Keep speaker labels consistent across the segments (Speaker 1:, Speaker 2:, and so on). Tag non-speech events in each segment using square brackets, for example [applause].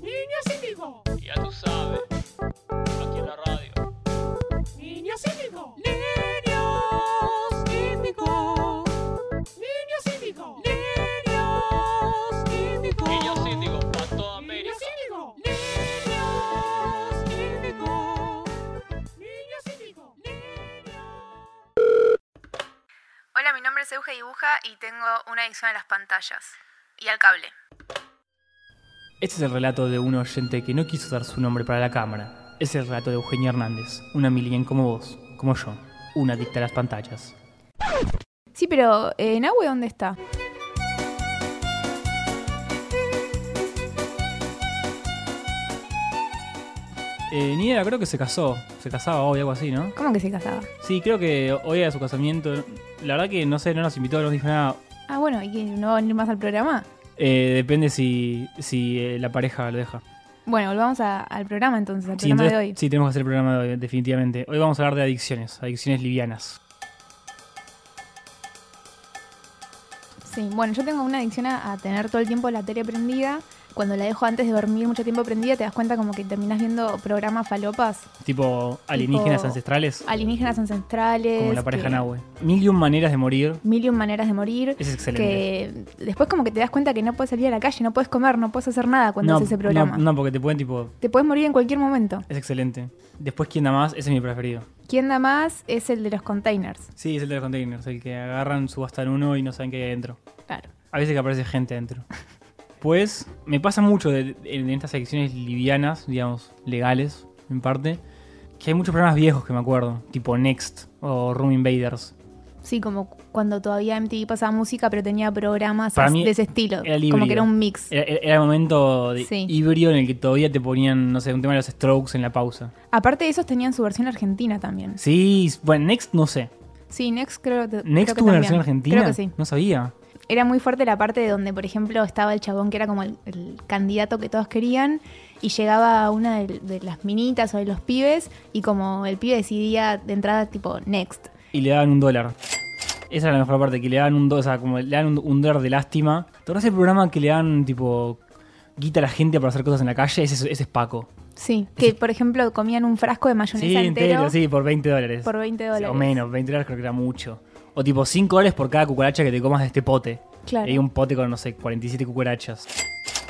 Speaker 1: Niños índigo,
Speaker 2: Ya tú sabes, aquí en la radio.
Speaker 1: niños índigo, niños índigo, niños índigo, niños índigo,
Speaker 2: Niños síndigos para toda América.
Speaker 1: niños índigo, niños índigo, niños índigo,
Speaker 3: Hola, mi nombre es Euge Dibuja y tengo una adicción a las pantallas y al cable.
Speaker 4: Este es el relato de un oyente que no quiso dar su nombre para la cámara. Es el relato de Eugenia Hernández, una millennial como vos, como yo, una adicta a las pantallas.
Speaker 3: Sí, pero eh, Nahue, ¿dónde está?
Speaker 4: Eh, ni idea, creo que se casó. Se casaba hoy, algo así, ¿no?
Speaker 3: ¿Cómo que se casaba?
Speaker 4: Sí, creo que hoy era su casamiento. La verdad que no sé, no nos invitó, no nos dijo nada.
Speaker 3: Ah, bueno, ¿y que no va a venir más al programa?
Speaker 4: Eh, depende si, si eh, la pareja lo deja.
Speaker 3: Bueno, volvamos a- al programa entonces, al
Speaker 4: Sí,
Speaker 3: programa de
Speaker 4: entonces-
Speaker 3: hoy.
Speaker 4: sí, tenemos que hacer el programa de hoy, definitivamente. Hoy vamos a hablar de adicciones, adicciones livianas.
Speaker 3: Sí, bueno, yo tengo una adicción a, a tener todo el tiempo la tele prendida. Cuando la dejo antes de dormir mucho tiempo prendida, te das cuenta como que terminas viendo programas falopas,
Speaker 4: Tipo alienígenas
Speaker 3: Tipo-
Speaker 4: ancestrales,
Speaker 3: alienígenas ancestrales.
Speaker 4: como la pareja
Speaker 3: que-
Speaker 4: Nahue. Mil y un maneras de morir.
Speaker 3: Mil y un maneras de morir.
Speaker 4: Es excelente.
Speaker 3: Que después como que te das cuenta que no puedes salir a la calle, no puedes comer, no puedes hacer nada cuando haces ese programa.
Speaker 4: No, no, porque te pueden tipo.
Speaker 3: Te puedes morir en cualquier momento.
Speaker 4: Es excelente. Después, ¿quién da más? Ese es mi preferido.
Speaker 3: ¿Quién da más? Es el de los containers.
Speaker 4: Sí, es el de los containers, el que agarran, subastan uno y no saben qué hay adentro.
Speaker 3: Claro.
Speaker 4: A veces que aparece gente adentro. Pues me pasa mucho de- de- en estas secciones livianas, digamos, legales, en parte, que hay muchos programas viejos que me acuerdo, tipo Next o Room Invaders.
Speaker 3: Sí, como cu- cuando todavía MTV pasaba música, pero tenía programas
Speaker 4: Para
Speaker 3: as-
Speaker 4: mí
Speaker 3: de ese estilo.
Speaker 4: era Eh. el
Speaker 3: como
Speaker 4: híbrido.
Speaker 3: que era un mix.
Speaker 4: Era, era- era el momento de
Speaker 3: Sí.
Speaker 4: híbrido en el que todavía te ponían, no sé, un tema de los strokes en la pausa.
Speaker 3: Aparte de esos tenían su versión argentina también.
Speaker 4: Sí, bueno, Next no sé.
Speaker 3: Sí, Next creo, que- creo que
Speaker 4: Next tuvo una
Speaker 3: también.
Speaker 4: versión argentina.
Speaker 3: Creo que sí.
Speaker 4: No sabía.
Speaker 3: Era muy fuerte la parte de donde, por ejemplo, estaba el chabón que era como el, el candidato que todos querían y llegaba una de, de las minitas o de los pibes y como el pibe decidía de entrada tipo Next.
Speaker 4: y le daban un dólar. Esa era la mejor parte, que le daban un dólar, o sea, como le dan un, un dólar de lástima. ¿Te acuerdas el programa que le dan, tipo, guita a la gente para hacer cosas en la calle? Ese, es- ese es Paco.
Speaker 3: Sí, que por ejemplo comían un frasco de mayonesa
Speaker 4: Sí,
Speaker 3: entero,
Speaker 4: entero, sí, por 20 dólares.
Speaker 3: por 20
Speaker 4: Sí,
Speaker 3: dólares.
Speaker 4: O menos, 20 dólares creo que era mucho. O tipo, 5 dólares por cada cucaracha que te comas de este pote.
Speaker 3: Claro.
Speaker 4: Y hay un pote con, no sé, 47 cucarachas.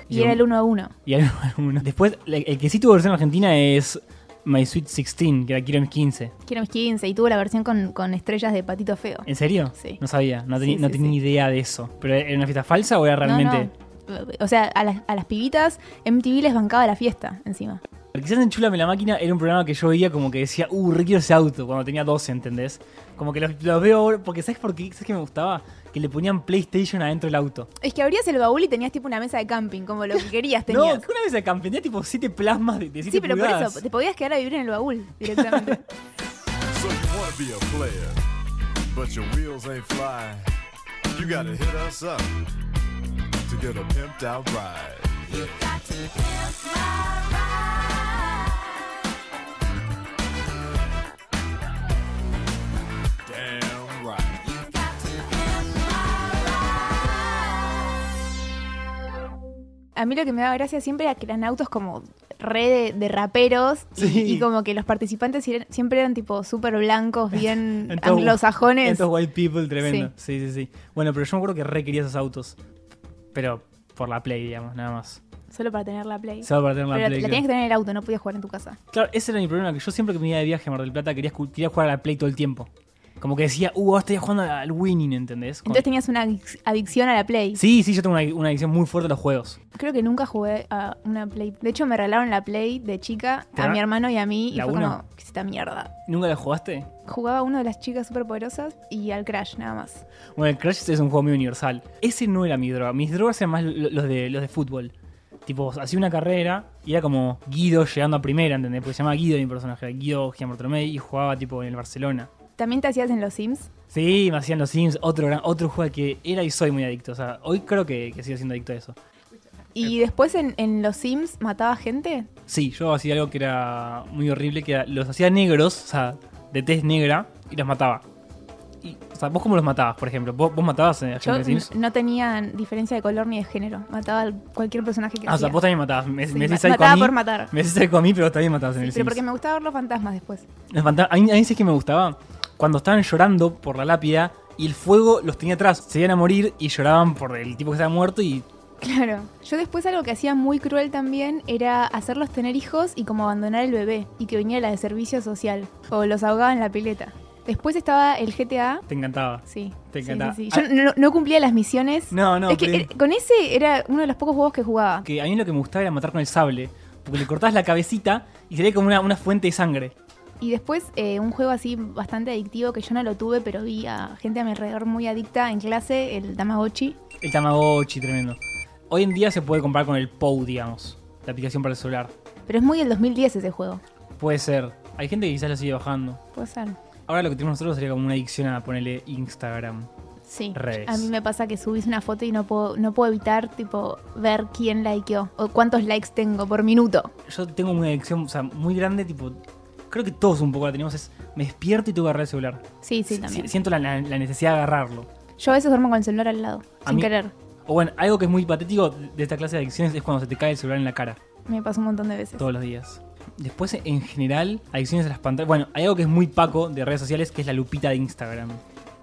Speaker 3: Y era el uno a uno.
Speaker 4: Y hay [laughs] uno. Después, el el que sí tuvo versión argentina es My Sweet 16, que era Quiero mis 15.
Speaker 3: Quiero mis 15 y tuvo la versión con, con estrellas de Patito Feo.
Speaker 4: ¿En serio?
Speaker 3: Sí.
Speaker 4: No sabía, no,
Speaker 3: Sí,
Speaker 4: teni- no
Speaker 3: sí,
Speaker 4: tenía
Speaker 3: sí.
Speaker 4: idea de eso. ¿Pero era una fiesta falsa o era
Speaker 3: No, no.
Speaker 4: realmente...?
Speaker 3: O sea, a las, a las pibitas MTV les bancaba la fiesta encima.
Speaker 4: Quizás en Chúlame la Máquina era un programa que yo veía como que decía, uh, re quiero ese auto cuando tenía 12, ¿entendés? Como que los, los veo ahora, porque ¿sabes por qué? ¿Sabes qué me gustaba? Que le ponían PlayStation adentro del auto.
Speaker 3: Es que abrías el baúl y tenías tipo una mesa de camping, como lo que querías
Speaker 4: [laughs] No,
Speaker 3: tenías.
Speaker 4: que una vez acampeoné tipo 7 plasmas de, de 7
Speaker 3: sí, pero por
Speaker 4: pulgadas.
Speaker 3: eso, te podías quedar a vivir en el baúl directamente.
Speaker 4: [laughs]
Speaker 5: So you want to be a player, but your wheels ain't fly. You gotta hit us up to get a pimped out ride. Damn right.
Speaker 3: a mí lo que me daba gracia siempre era que eran autos como re de, de raperos y-
Speaker 4: Sí.
Speaker 3: y, como que los participantes eran- siempre eran tipo súper blancos,
Speaker 4: [laughs]
Speaker 3: bien
Speaker 4: Entonces,
Speaker 3: anglosajones.
Speaker 4: Estos white people tremendo. Sí. sí, sí, Bueno, pero yo me acuerdo que re quería esos autos. Pero por la Play, digamos, nada más.
Speaker 3: Solo para tener la play.
Speaker 4: Solo para tener la
Speaker 3: pero la-
Speaker 4: Play.
Speaker 3: la
Speaker 4: creo.
Speaker 3: tenías que tener en el auto, no podías jugar en tu casa.
Speaker 4: Claro, ese era mi problema, que yo siempre que me iba de viaje a Mar del Plata quería, escu- quería jugar a la Play todo el tiempo. Como que decía, uh, ahora estoy jugando al winning, ¿entendés? Con-
Speaker 3: Entonces tenías una adic- adicción a la Play.
Speaker 4: Sí, sí, yo tengo una, una adicción muy fuerte a los juegos.
Speaker 3: Creo que nunca jugué a una Play. De hecho, me regalaron la Play de chica
Speaker 4: ¿Te
Speaker 3: a
Speaker 4: da-
Speaker 3: mi hermano y a mí. Y
Speaker 4: la
Speaker 3: fue
Speaker 4: uno?
Speaker 3: como, ¿qué es esta mierda?
Speaker 4: ¿Nunca los jugaste?
Speaker 3: Jugaba a uno de las chicas superpoderosas y al Crash, nada más.
Speaker 4: Bueno, el Crash es un juego muy universal. Ese no era mi droga. Mis drogas eran más lo- los de, los de fútbol. Tipo, hacía una carrera y era como Guido llegando a primera, ¿entendés? Porque se llamaba Guido mi personaje. era Guido Gianbartomeu y jugaba tipo en el Barcelona.
Speaker 3: También te hacías en los Sims.
Speaker 4: Sí, me hacían los Sims, otro, gran- otro juego que era y soy muy adicto. O sea, hoy creo que, que sigo siendo adicto a eso.
Speaker 3: Y después en, en los Sims mataba gente.
Speaker 4: Sí, yo hacía algo que era muy horrible, que era- los hacía negros, o sea, de tez negra, y los mataba. y- o sea, ¿vos cómo los matabas, por ejemplo? ¿Vos, vos matabas eh, a
Speaker 3: Yo
Speaker 4: gente de Sims?
Speaker 3: n- no tenía diferencia de color ni de género. Mataba a cualquier personaje que
Speaker 4: Ah, o sea,
Speaker 3: hacía.
Speaker 4: vos también matabas. Me,
Speaker 3: Sí,
Speaker 4: me decís
Speaker 3: ma-
Speaker 4: algo a
Speaker 3: mataba
Speaker 4: mí-
Speaker 3: por matar.
Speaker 4: Me decís algo a mí, pero también matabas en
Speaker 3: Sí,
Speaker 4: el
Speaker 3: pero
Speaker 4: Sims.
Speaker 3: porque me gustaba ver los fantasmas después.
Speaker 4: Los fantasmas- A mí, a mí sí que me gustaba cuando estaban llorando por la lápida y el fuego los tenía atrás. Se iban a morir y lloraban por el tipo que estaba muerto y.
Speaker 3: Claro. Yo después algo que hacía muy cruel también era hacerlos tener hijos y como abandonar el bebé y que venía la de servicio social o los ahogaba en la pileta. Después estaba el GTA.
Speaker 4: Te encantaba.
Speaker 3: Sí.
Speaker 4: Te
Speaker 3: sí,
Speaker 4: encanta. Ah.
Speaker 3: sí, sí. Yo no, no cumplía las misiones.
Speaker 4: No, no,
Speaker 3: Es que
Speaker 4: pero-
Speaker 3: era- con ese era uno de los pocos juegos que jugaba.
Speaker 4: Que a mí lo que me gustaba era matar con el sable. Porque le cortabas la cabecita y salía como una, una fuente de sangre.
Speaker 3: Y después eh, un juego así bastante adictivo que yo no lo tuve, pero vi a gente a mi alrededor muy adicta en clase, el Tamagotchi.
Speaker 4: El Tamagotchi, tremendo. Hoy en día se puede comprar con el POU, digamos. La aplicación para el celular.
Speaker 3: Pero es muy del 2010 ese juego.
Speaker 4: Puede ser. Hay gente que quizás lo sigue bajando.
Speaker 3: Puede ser.
Speaker 4: Ahora lo que tenemos nosotros sería como una adicción a ponerle Instagram.
Speaker 3: Sí.
Speaker 4: Redes.
Speaker 3: A mí me pasa que subís una foto y no puedo, no puedo evitar tipo ver quién likeó o cuántos likes tengo por minuto.
Speaker 4: Yo tengo una adicción, o sea, muy grande, tipo. Creo que todos un poco la tenemos. Es me despierto y tengo que agarrar el celular.
Speaker 3: Sí, sí,
Speaker 4: Si-
Speaker 3: también.
Speaker 4: Siento la, la- la necesidad de agarrarlo.
Speaker 3: Yo a veces duermo con el celular al lado,
Speaker 4: A
Speaker 3: sin
Speaker 4: mí-
Speaker 3: querer.
Speaker 4: O bueno, algo que es muy patético de esta clase de adicciones es cuando se te cae el celular en la cara
Speaker 3: Me pasa un montón de veces.
Speaker 4: todos los días. Después, en general, adicciones a las pantallas. Bueno, hay algo que es muy paco de redes sociales que es la lupita de Instagram.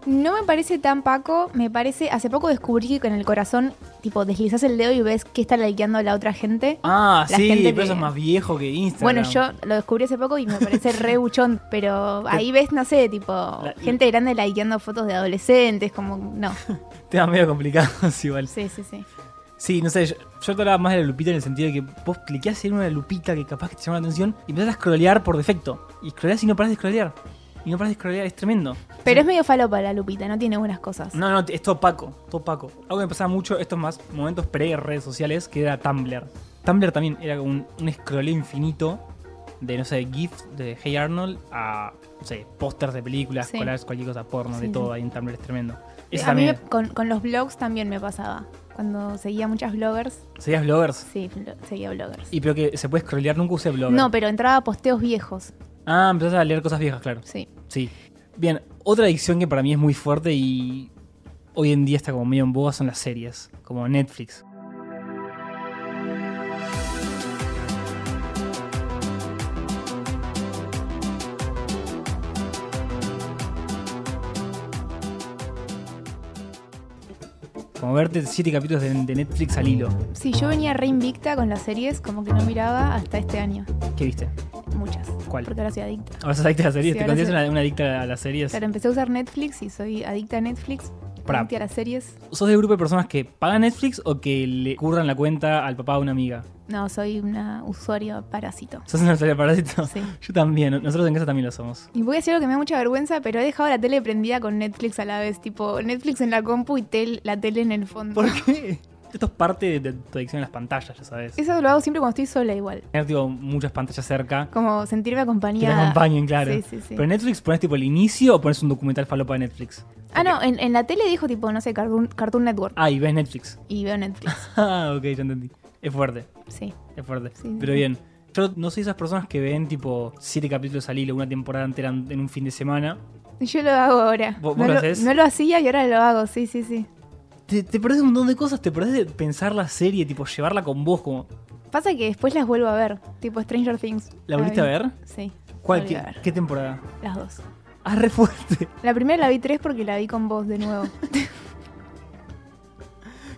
Speaker 3: No me parece tan paco, me parece. Hace poco descubrí que con el corazón, tipo, deslizas el dedo y ves que está likeando la otra gente.
Speaker 4: Ah,
Speaker 3: La
Speaker 4: sí,
Speaker 3: gente
Speaker 4: pero
Speaker 3: te-
Speaker 4: eso es más viejo que Instagram.
Speaker 3: Bueno,
Speaker 4: [laughs]
Speaker 3: yo lo descubrí hace poco y me parece re buchón, pero ahí ves, no sé, tipo, gente grande likeando fotos de adolescentes, como, no.
Speaker 4: [laughs] Tema medio complicado, [laughs] igual.
Speaker 3: Sí, sí, sí.
Speaker 4: Sí, no sé, yo, yo te hablaba más de la lupita en el sentido de que vos cliqueás en una lupita que capaz que te llama la atención y empezás a scrollear por defecto. Y scrolleás y no parás de scrollear. Y no parás de scrollear, es tremendo.
Speaker 3: Pero es medio falopa la Lupita, no tiene buenas cosas.
Speaker 4: No, no, es todo opaco, todo opaco. Algo que me pasaba mucho estos más momentos pre-redes sociales, que era Tumblr. Tumblr también era como un, un scrolleo infinito de, no sé, GIF, de Hey Arnold, a, no sé, pósters de películas,
Speaker 3: Sí.
Speaker 4: collages, cualquier cosa, porno,
Speaker 3: Sí,
Speaker 4: de
Speaker 3: sí.
Speaker 4: todo ahí en Tumblr, es tremendo. Eso
Speaker 3: Eh, a mí
Speaker 4: también,
Speaker 3: me- con, con los blogs también me pasaba. Cuando seguía muchas bloggers,
Speaker 4: ¿Serías bloggers?
Speaker 3: sí, blo- seguía bloggers.
Speaker 4: Y pero que se puede scrollear, nunca usé blogger.
Speaker 3: No, pero entraba a posteos viejos,
Speaker 4: Ah, empezás a leer cosas viejas, claro.
Speaker 3: sí.
Speaker 4: Sí. Bien, otra adicción que para mí es muy fuerte y hoy en día está como medio en boga son las series, como Netflix. Como verte siete capítulos de, de Netflix al hilo.
Speaker 3: Sí, yo venía re invicta con las series, como que no miraba hasta este año.
Speaker 4: ¿Qué viste?
Speaker 3: Muchas.
Speaker 4: ¿Cuál?
Speaker 3: Porque ahora soy adicta.
Speaker 4: Ahora sos adicta a las series,
Speaker 3: Sí,
Speaker 4: te
Speaker 3: ahora
Speaker 4: consideras
Speaker 3: soy-
Speaker 4: una, una adicta a las series.
Speaker 3: Claro, empecé a usar Netflix y soy adicta a Netflix,
Speaker 4: Pará.
Speaker 3: adicta a las series.
Speaker 4: ¿Sos del grupo de personas que pagan Netflix o que le curran la cuenta al papá de una amiga?
Speaker 3: No, soy una usuaria parásito.
Speaker 4: [laughs] ¿Sos una usuaria parásito?
Speaker 3: Sí.
Speaker 4: [laughs] Yo también, nosotros en casa también lo somos.
Speaker 3: Y voy a decir algo que me da mucha vergüenza, pero he dejado la tele prendida con Netflix a la vez. Tipo, Netflix en la compu y tel- la tele en el fondo.
Speaker 4: ¿Por qué? Esto es parte de, de tu adicción a las pantallas, ya sabes.
Speaker 3: Eso lo hago siempre cuando estoy sola igual.
Speaker 4: Tener tipo, muchas pantallas cerca
Speaker 3: Como sentirme
Speaker 4: que te
Speaker 3: acompañada.
Speaker 4: acompañen, claro.
Speaker 3: Sí, sí, sí.
Speaker 4: Pero en Netflix pones tipo el inicio o pones un documental falopa de Netflix.
Speaker 3: Ah, no, en, en la tele dijo tipo, no sé, Cartoon, Cartoon Network.
Speaker 4: Ah, y ves Netflix. [laughs]
Speaker 3: Y veo Netflix.
Speaker 4: Ah, ok, ya entendí. Es fuerte,
Speaker 3: Sí.
Speaker 4: es fuerte.
Speaker 3: Sí, sí,
Speaker 4: Pero
Speaker 3: sí.
Speaker 4: bien. Yo no soy esas personas que ven tipo siete capítulos al hilo, una temporada entera en en un fin de semana.
Speaker 3: Y Yo lo hago ahora.
Speaker 4: ¿Vos- vos
Speaker 3: no,
Speaker 4: lo
Speaker 3: lo,
Speaker 4: hacés?
Speaker 3: no lo hacía y ahora lo hago, sí, sí, sí.
Speaker 4: Te, te perdés un montón de cosas, te perdés de pensar la serie, tipo llevarla con vos, como.
Speaker 3: Pasa que después las vuelvo a ver, tipo Stranger Things.
Speaker 4: ¿La volviste
Speaker 3: vi.
Speaker 4: a ver?
Speaker 3: Sí.
Speaker 4: ¿Cuál?
Speaker 3: la
Speaker 4: ¿Qué,
Speaker 3: volví a ver.
Speaker 4: qué temporada? [laughs]
Speaker 3: Las dos.
Speaker 4: Ah, re fuerte.
Speaker 3: La primera la vi tres porque la vi con vos de
Speaker 4: [laughs]
Speaker 3: nuevo.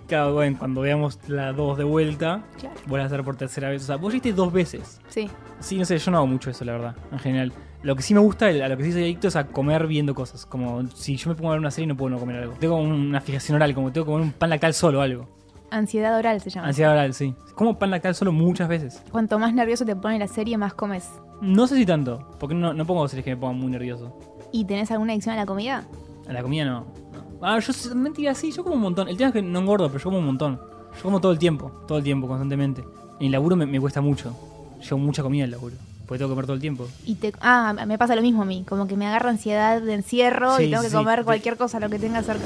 Speaker 4: Claro, bueno, cuando veamos la 2 de vuelta,
Speaker 3: Claro.
Speaker 4: voy a hacer por tercera vez. O sea, vos ya viste dos veces.
Speaker 3: Sí.
Speaker 4: Sí, no sé, yo no hago mucho eso, la verdad, en general. Lo que sí me gusta, a lo que sí soy adicto, es a comer viendo cosas. Como si yo me pongo a ver una serie, no puedo no comer algo. Tengo como una fijación oral, como tengo que comer un pan lactal solo o algo.
Speaker 3: Ansiedad oral se llama.
Speaker 4: Ansiedad oral, sí. Como pan lactal solo muchas veces.
Speaker 3: Cuanto más nervioso te pone la serie, más comes.
Speaker 4: No sé si tanto, porque no, no pongo series que me pongan muy nervioso.
Speaker 3: ¿Y tenés alguna adicción a la comida?
Speaker 4: A la comida no. Ah, yo s- mentira, sí, yo como un montón. El tema es que no engordo, pero yo como un montón. Yo como todo el tiempo, todo el tiempo, constantemente. En el laburo me, me cuesta mucho. Llevo mucha comida al laburo, porque tengo que comer todo el tiempo.
Speaker 3: Y te, ah, me pasa lo mismo a mí, como que me agarra ansiedad de encierro
Speaker 4: Sí,
Speaker 3: y tengo que
Speaker 4: sí.
Speaker 3: comer cualquier cosa, lo que tenga cerca.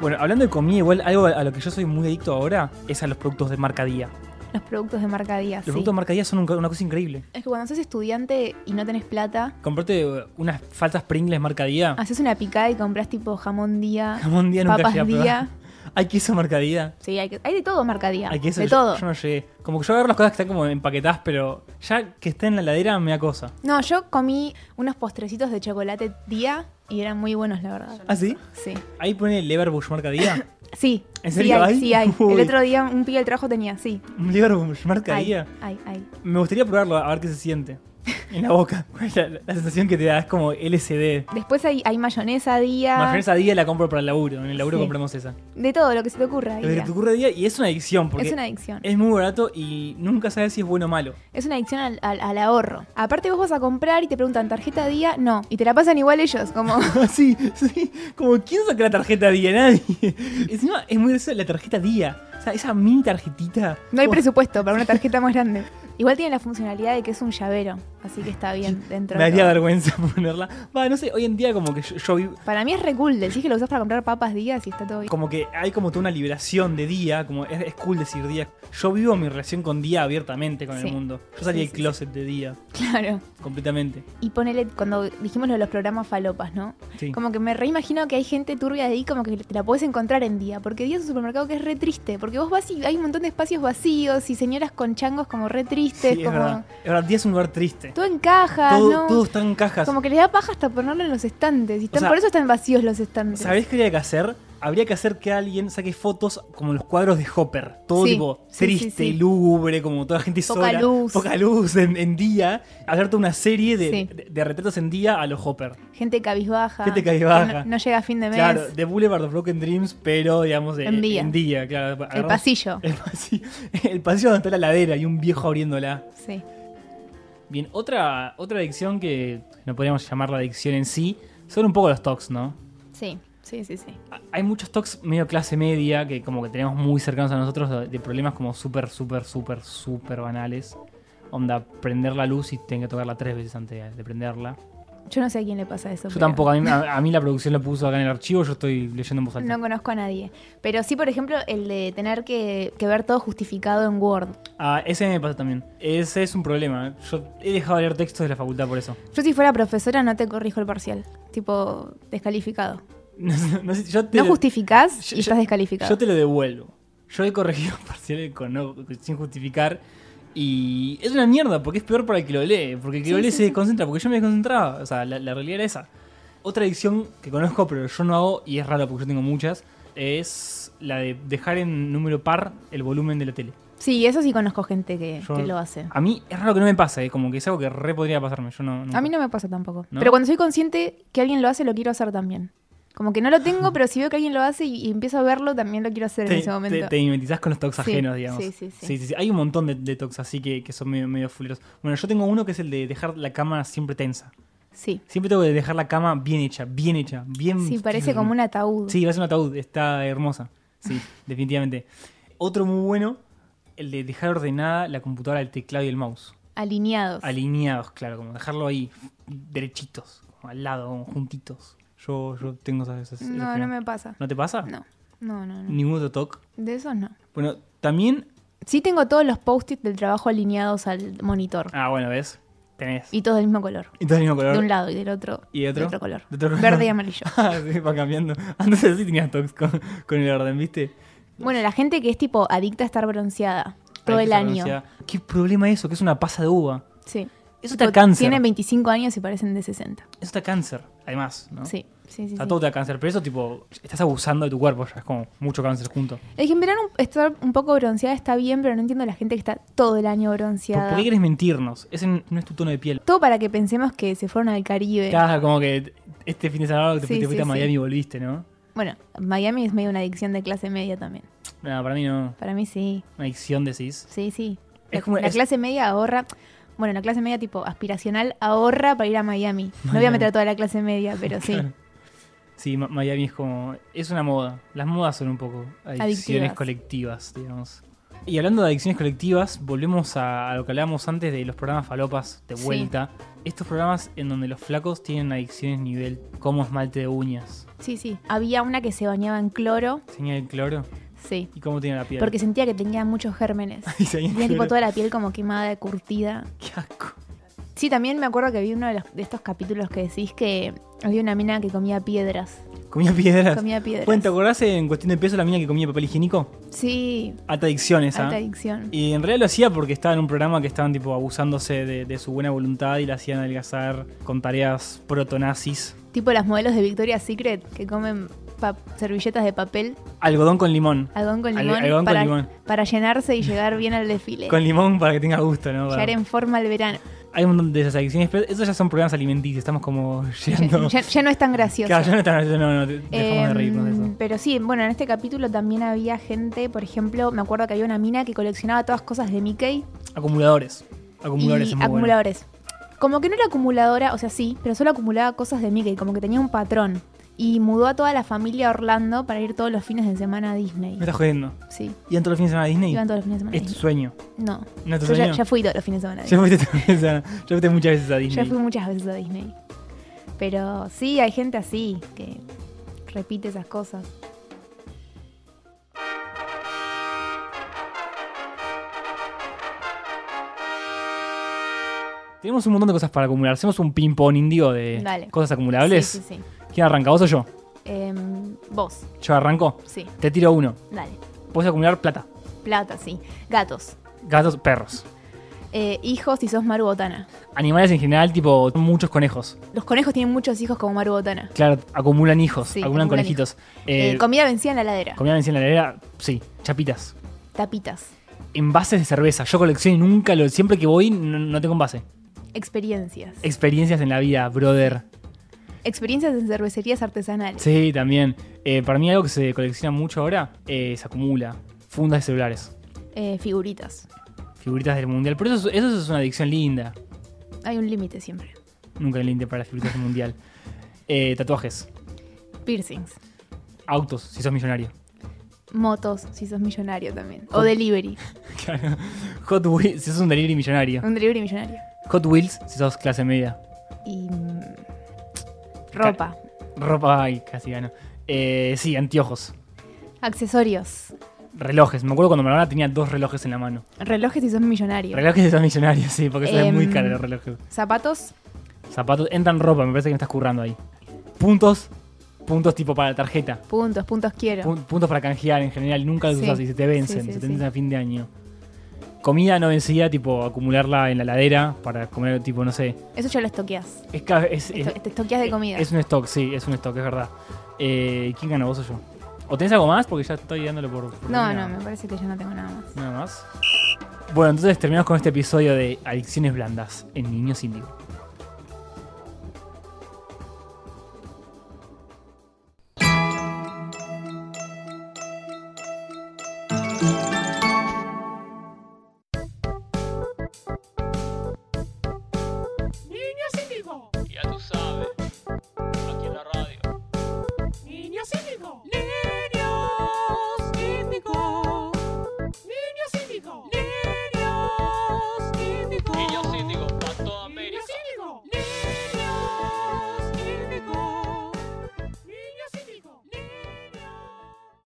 Speaker 4: Bueno, hablando de comida, igual algo a a lo que yo soy muy adicto ahora es a los productos de marca Día.
Speaker 3: Los productos de marca Díaz.
Speaker 4: Los productos de marca Díaz son un- una cosa increíble.
Speaker 3: Es que cuando sos estudiante y no tenés plata,
Speaker 4: Comprate eh, unas falsas Pringles marca [laughs] Día.
Speaker 3: haces una picada y compras tipo jamón Día,
Speaker 4: Ah. [laughs] Jamón Día nunca
Speaker 3: Ah, papas
Speaker 4: llegué a probar.
Speaker 3: Día.
Speaker 4: Hay queso marca Día.
Speaker 3: Sí, hay, que- hay de todo marca Día.
Speaker 4: Hay queso.
Speaker 3: de
Speaker 4: yo,
Speaker 3: todo.
Speaker 4: yo no llegué. Como que yo agarro las cosas que están como empaquetadas, pero ya que está en la heladera me da cosa.
Speaker 3: No, yo comí unos postrecitos de chocolate Día y eran muy buenos, la verdad.
Speaker 4: ¿Ah, sí?
Speaker 3: Sí.
Speaker 4: Ahí pone Leverbush marca
Speaker 3: [laughs]
Speaker 4: Día.
Speaker 3: Sí.
Speaker 4: ¿En serio
Speaker 3: sí hay,
Speaker 4: hay?
Speaker 3: sí hay.
Speaker 4: Uy.
Speaker 3: El otro día un pibe del trabajo tenía, sí.
Speaker 4: Un Leverbush marca
Speaker 3: Hay,
Speaker 4: Día.
Speaker 3: hay, hay.
Speaker 4: Me gustaría probarlo a ver qué se siente. En la boca. [laughs] ¿Cuál es La, la sensación que te da es como LCD.
Speaker 3: Después hay, hay mayonesa Día.
Speaker 4: Mayonesa Día la compro para el laburo. En el laburo
Speaker 3: Sí.
Speaker 4: compramos esa.
Speaker 3: De todo lo que se te ocurra.
Speaker 4: Lo que
Speaker 3: Día.
Speaker 4: te ocurre Día y es una adicción porque
Speaker 3: Es una adicción.
Speaker 4: es muy barato y nunca sabes si es bueno
Speaker 3: [laughs]
Speaker 4: o malo.
Speaker 3: Es una adicción al, al- al ahorro. Aparte vos vas a comprar y te preguntan, ¿tarjeta día? No. Y te la pasan igual ellos, como... [laughs]
Speaker 4: sí, sí. Como, ¿quién saca la tarjeta día? Nadie. [laughs] Encima es muy graciosa la tarjeta día. O sea, esa mini tarjetita.
Speaker 3: No hay
Speaker 4: Como-
Speaker 3: presupuesto para una tarjeta más grande. Igual tiene la funcionalidad de que es un llavero, así que está bien dentro.
Speaker 4: Me
Speaker 3: de
Speaker 4: daría
Speaker 3: todo.
Speaker 4: vergüenza [laughs] ponerla. Va, no sé, hoy en día como que yo, yo vivo...
Speaker 3: Para mí es re cool, decís que lo usás para comprar papas días y está
Speaker 4: [laughs]
Speaker 3: todo bien.
Speaker 4: Como que hay como toda una liberación de día, como es, es cool decir día. Yo vivo mi relación con día abiertamente con
Speaker 3: Sí.
Speaker 4: el mundo. Yo salí
Speaker 3: Sí,
Speaker 4: del
Speaker 3: sí,
Speaker 4: closet de día,
Speaker 3: Claro.
Speaker 4: completamente.
Speaker 3: Y ponele, cuando dijimos lo de los programas falopas, ¿no?
Speaker 4: Sí.
Speaker 3: Como que me reimagino que hay gente turbia de ahí, como que te la puedes encontrar en día. Porque día es un supermercado que es re triste. Porque vos vas y hay un montón de espacios vacíos y señoras con changos como re
Speaker 4: Sí,
Speaker 3: tristes,
Speaker 4: es
Speaker 3: como.
Speaker 4: verdad. Es verdad, día es un lugar triste.
Speaker 3: Todo en cajas,
Speaker 4: Todo,
Speaker 3: ¿no?
Speaker 4: todo está en cajas.
Speaker 3: Como que les da paja hasta ponerlo en los estantes. Y están-
Speaker 4: sea,
Speaker 3: por eso están vacíos los estantes.
Speaker 4: ¿Sabés qué habría que hacer? Habría que hacer que alguien saque fotos como los cuadros de Hopper. Todo
Speaker 3: Sí,
Speaker 4: tipo
Speaker 3: sí,
Speaker 4: triste,
Speaker 3: sí, sí.
Speaker 4: lúgubre, como toda gente
Speaker 3: Poca
Speaker 4: sola.
Speaker 3: luz.
Speaker 4: Poca luz en, en día. Hacer toda una serie de,
Speaker 3: Sí.
Speaker 4: de- de retratos en día a los Hopper.
Speaker 3: Gente cabizbaja.
Speaker 4: Gente cabizbaja.
Speaker 3: que No, no llega a fin de mes.
Speaker 4: Claro, de Boulevard of Broken Dreams, pero digamos eh,
Speaker 3: En día.
Speaker 4: claro.
Speaker 3: el
Speaker 4: Agarramos-
Speaker 3: pasillo.
Speaker 4: El [laughs] pasillo, el pasillo donde está la ladera y un viejo abriéndola.
Speaker 3: Sí.
Speaker 4: Bien, otra, otra adicción que no podríamos llamar la adicción en sí, son un poco los tocs, ¿no?
Speaker 3: Sí, sí, sí, sí.
Speaker 4: Hay muchos talks medio clase media que como que tenemos muy cercanos a nosotros de- de problemas como súper, súper, súper, súper banales. Onda, prender la luz y tengo que tocarla tres veces antes de prenderla.
Speaker 3: Yo no sé a quién le pasa eso.
Speaker 4: Yo
Speaker 3: pero
Speaker 4: tampoco, a mí, a-
Speaker 3: [laughs]
Speaker 4: a mí la producción lo puso acá en el archivo, yo estoy leyendo en voz alta.
Speaker 3: No conozco a nadie. Pero sí, por ejemplo, el de tener que, que ver todo justificado en Word.
Speaker 4: Ah, ese me pasa también. Ese es un problema. Yo he dejado de leer textos de la facultad por eso. [laughs]
Speaker 3: Yo si fuera profesora no te corrijo el parcial. Tipo, descalificado.
Speaker 4: No, sé, yo te
Speaker 3: No
Speaker 4: lo-
Speaker 3: justificás
Speaker 4: yo-
Speaker 3: y
Speaker 4: yo-
Speaker 3: estás descalificado.
Speaker 4: Yo te lo devuelvo. Yo he corregido [laughs] parciales con no- sin justificar. Y es una mierda, porque es peor para el que lo lee. Porque el que lo
Speaker 3: Sí,
Speaker 4: lee
Speaker 3: sí,
Speaker 4: se
Speaker 3: sí.
Speaker 4: desconcentra, porque yo me desconcentraba. O sea, la, la realidad era esa. Otra adicción que conozco, pero yo no hago, y es raro porque yo tengo muchas, es la de dejar en número par el volumen de la tele.
Speaker 3: Sí, eso sí conozco gente que,
Speaker 4: Yo-
Speaker 3: que lo hace.
Speaker 4: A mí es raro que no me pase, ¿eh? como que es algo que re podría pasarme. Yo no, nunca.
Speaker 3: A mí no me pasa tampoco.
Speaker 4: ¿No?
Speaker 3: Pero cuando soy consciente que alguien lo hace, lo quiero hacer también. Como que no lo
Speaker 4: [laughs]
Speaker 3: tengo, pero si veo que alguien lo hace y, y empiezo a verlo, también lo quiero hacer
Speaker 4: te,
Speaker 3: en ese momento.
Speaker 4: te- te mimetizás con los tocs
Speaker 3: Sí,
Speaker 4: ajenos, digamos.
Speaker 3: sí, sí, sí.
Speaker 4: Hay un montón de, de tocs así que, que son medio, medio fuleros. Bueno, yo tengo uno que es el de dejar la cama siempre tensa.
Speaker 3: Sí.
Speaker 4: Siempre tengo que dejar la cama bien hecha, bien hecha, bien.
Speaker 3: Sí, parece como un ataúd.
Speaker 4: Mm, Sí, parece un ataúd, está hermosa.
Speaker 3: [laughs]
Speaker 4: Sí, definitivamente. Otro muy bueno, el de dejar ordenada la computadora, el teclado y el mouse.
Speaker 3: Alineados.
Speaker 4: Alineados, claro, como dejarlo ahí, derechitos, como al lado, como juntitos. Yo, yo tengo esas. esas- esos
Speaker 3: no, no
Speaker 4: problemas.
Speaker 3: me pasa.
Speaker 4: ¿No Mm. te pasa?
Speaker 3: No, no, no. no.
Speaker 4: Ningún otro toc.
Speaker 3: De esos no.
Speaker 4: Bueno, también.
Speaker 3: Sí tengo todos los post-it del trabajo alineados al monitor.
Speaker 4: Ah, bueno, ¿ves? Tenés.
Speaker 3: Y todos del mismo color.
Speaker 4: Y todo el mismo color. [laughs]
Speaker 3: De un lado y del otro.
Speaker 4: ¿Y de otro?
Speaker 3: de color.
Speaker 4: De otro color.
Speaker 3: Verde y amarillo.
Speaker 4: Ah, sí, va cambiando. Antes así tenías tocs con, con el orden, ¿viste?
Speaker 3: Bueno, la gente que es tipo adicta a estar bronceada todo
Speaker 4: Ahí
Speaker 3: el
Speaker 4: está
Speaker 3: año.
Speaker 4: la velocidad. ¿Qué problema eso? Que es una pasa de uva.
Speaker 3: Sí.
Speaker 4: Eso te da
Speaker 3: Tipo,
Speaker 4: cáncer.
Speaker 3: Tienen 25 años y parecen de 60.
Speaker 4: Eso te da cáncer, además, ¿no? Ah,
Speaker 3: Sí, sí, sí.
Speaker 4: O sea,
Speaker 3: sí.
Speaker 4: todo te da cáncer, pero eso tipo, estás abusando de tu cuerpo, ya es como mucho cáncer junto.
Speaker 3: Es que en verano estar un poco bronceada está bien, pero no entiendo la gente que está todo el año
Speaker 4: ¿Por,
Speaker 3: bronceada.
Speaker 4: por qué querés mentirnos? Ese n- no es tu tono de piel.
Speaker 3: Todo para que pensemos que se fueron al Caribe.
Speaker 4: Cada como que este fin de semana te,
Speaker 3: Sí,
Speaker 4: fuiste- te fuiste
Speaker 3: sí,
Speaker 4: a Miami
Speaker 3: sí.
Speaker 4: y volviste, ¿no?
Speaker 3: Bueno, Miami es medio una adicción de clase media también.
Speaker 4: Nada, para mí no.
Speaker 3: Para mí sí.
Speaker 4: Una adicción decís.
Speaker 3: Sí, sí.
Speaker 4: Es
Speaker 3: la,
Speaker 4: como-
Speaker 3: la
Speaker 4: es-
Speaker 3: clase media ahorra. Bueno, la clase media tipo aspiracional ahorra para ir a Miami. No voy a meter a toda la clase media, pero sí.
Speaker 4: Claro. Sí, Ma- Miami es como. Es una moda. Las modas son un poco adicciones
Speaker 3: Adictivas.
Speaker 4: colectivas, digamos. Y hablando de adicciones colectivas, volvemos a, a lo que hablábamos antes de los programas falopas de
Speaker 3: Sí.
Speaker 4: vuelta. Estos programas en donde los flacos tienen adicciones nivel como esmalte de uñas.
Speaker 3: Sí, sí. Había una que se bañaba en cloro.
Speaker 4: Señal de cloro.
Speaker 3: Sí.
Speaker 4: ¿Y cómo tiene la piel?
Speaker 3: Porque sentía que tenía muchos gérmenes.
Speaker 4: [laughs] Y se
Speaker 3: Tenía tipo toda la piel como quemada, curtida.
Speaker 4: Qué asco.
Speaker 3: Sí, también me acuerdo que vi uno de, los- de estos capítulos que decís que había una mina que comía
Speaker 4: [laughs]
Speaker 3: piedras.
Speaker 4: Comía piedras.
Speaker 3: Comía piedras.
Speaker 4: Bueno, ¿te acordás en cuestión de peso la mina que comía papel higiénico? ¿ah?
Speaker 3: Sí,
Speaker 4: Alta adicción esa.
Speaker 3: alta adicción.
Speaker 4: Y en realidad lo hacía porque estaba en un programa que estaban tipo abusándose de, de su buena voluntad y la hacían adelgazar con tareas protonazis.
Speaker 3: Tipo las modelos de Victoria's Secret que comen pa- servilletas de papel,
Speaker 4: Algodón con limón.
Speaker 3: algodón con
Speaker 4: Al-
Speaker 3: limón,
Speaker 4: algodón con
Speaker 3: para,
Speaker 4: limón.
Speaker 3: para llenarse y llegar bien al desfile.
Speaker 4: Con limón para que tenga gusto, ¿no? Para-
Speaker 3: llegar en forma al verano.
Speaker 4: Hay un montón de esas adicciones, pero esos ya son problemas alimenticios. Estamos como
Speaker 3: [laughs] Ya,
Speaker 4: llegando.
Speaker 3: ya- ya no es tan gracioso.
Speaker 4: Claro, ya no, están- no, no, dejamos de
Speaker 3: Em,
Speaker 4: reírnos de eso.
Speaker 3: Pero sí, bueno, en este capítulo también había gente, por ejemplo, me acuerdo que había una mina que coleccionaba todas cosas de Mickey
Speaker 4: Acumuladores. Acumuladores
Speaker 3: y
Speaker 4: es muy bueno.
Speaker 3: acumuladores. Como que no era acumuladora, o sea, sí, pero solo acumulaba cosas de Mickey, como que tenía un patrón. Y mudó a toda la familia a Orlando para ir todos los fines de semana a Disney.
Speaker 4: Me estás jodiendo.
Speaker 3: Sí,
Speaker 4: ¿Iban todos los fines de semana a Disney?
Speaker 3: iban todos los fines de semana. a
Speaker 4: Es tu
Speaker 3: Disney.
Speaker 4: sueño.
Speaker 3: No,
Speaker 4: ¿No es tu
Speaker 3: yo ya,
Speaker 4: sueño?
Speaker 3: ya fui todos los fines de semana. a
Speaker 4: Ya
Speaker 3: Disney.
Speaker 4: fuiste, [laughs] todas las- ya fuiste muchas veces a Disney.
Speaker 3: Ya fui muchas veces a Disney. Pero sí, hay gente así que repite esas cosas.
Speaker 4: Tenemos un montón de cosas para acumular. Hacemos un ping-pong indio de
Speaker 3: Dale.
Speaker 4: cosas acumulables.
Speaker 3: Sí, sí, sí.
Speaker 4: ¿Quién arranca? ¿Vos o yo?
Speaker 3: Em, vos,
Speaker 4: Yo arranco.
Speaker 3: sí,
Speaker 4: Te tiro uno.
Speaker 3: dale.
Speaker 4: Puedes acumular plata,
Speaker 3: Plata, sí. Gatos.
Speaker 4: gatos, perros.
Speaker 3: Eh, hijos si sos Maru Botana.
Speaker 4: Animales en general, tipo muchos conejos.
Speaker 3: Los conejos tienen muchos hijos como Maru Botana.
Speaker 4: Claro, acumulan hijos,
Speaker 3: Sí,
Speaker 4: acumulan
Speaker 3: acumulan
Speaker 4: conejitos. Eh,
Speaker 3: Eh, comida vencida en la ladera.
Speaker 4: comida vencida en la heladera, sí. Chapitas.
Speaker 3: Tapitas.
Speaker 4: Envases de cerveza. Yo colecciono y nunca lo. Siempre que voy, no, no tengo envase.
Speaker 3: Experiencias.
Speaker 4: Experiencias en la vida, brother.
Speaker 3: Experiencias en cervecerías artesanales.
Speaker 4: Sí, también. Eh, para mí, algo que se colecciona mucho ahora eh, se acumula. Fundas de celulares.
Speaker 3: Eh, figuritas.
Speaker 4: Figuritas del mundial. Pero eso, es- eso es una adicción linda.
Speaker 3: Hay un límite siempre.
Speaker 4: Nunca límite para las figuritas del mundial. Eh, tatuajes.
Speaker 3: Piercings.
Speaker 4: Autos, si sos millonario.
Speaker 3: Motos, si sos millonario también. O delivery.
Speaker 4: Claro. [laughs] Hot Wheels, si sos un delivery millonario.
Speaker 3: Un delivery millonario.
Speaker 4: Hot Wheels, si sos clase media.
Speaker 3: Y. mm, ropa.
Speaker 4: Ropa, ay, casi gano. Eh, sí, anteojos.
Speaker 3: Accesorios. Relojes
Speaker 4: Relojes. Me acuerdo cuando me lo ganaba tenía dos relojes en la mano.
Speaker 3: si sos millonario.
Speaker 4: Relojes si sos millonario, sí, porque eso es
Speaker 3: Em.
Speaker 4: muy caro los relojes.
Speaker 3: Zapatos.
Speaker 4: Zapatos, entran ropa, me parece que me estás currando ahí. Puntos, puntos tipo para la tarjeta.
Speaker 3: Puntos, puntos quiero.
Speaker 4: Pun- puntos para canjear en general, nunca los
Speaker 3: Sí.
Speaker 4: usas y se te vencen,
Speaker 3: Sí, sí,
Speaker 4: se te
Speaker 3: sí.
Speaker 4: vencen a fin de año. Comida no vencida, tipo acumularla en la ladera para comer, tipo, no sé.
Speaker 3: Eso ya lo estoqueas.
Speaker 4: Es, ca- es, es-
Speaker 3: Esto- te estoqueas de comida.
Speaker 4: Eh, Es un stock, sí, es un stock, es verdad. Eh, ¿Quién ganó, vos o yo? ¿O tenés algo más? Porque ya estoy dándolo por. por
Speaker 3: No, no,
Speaker 4: terminado.
Speaker 3: me parece que yo no tengo nada más.
Speaker 4: Nada más. Bueno, entonces terminamos con este episodio de Adicciones Blandas en Niños Índigo.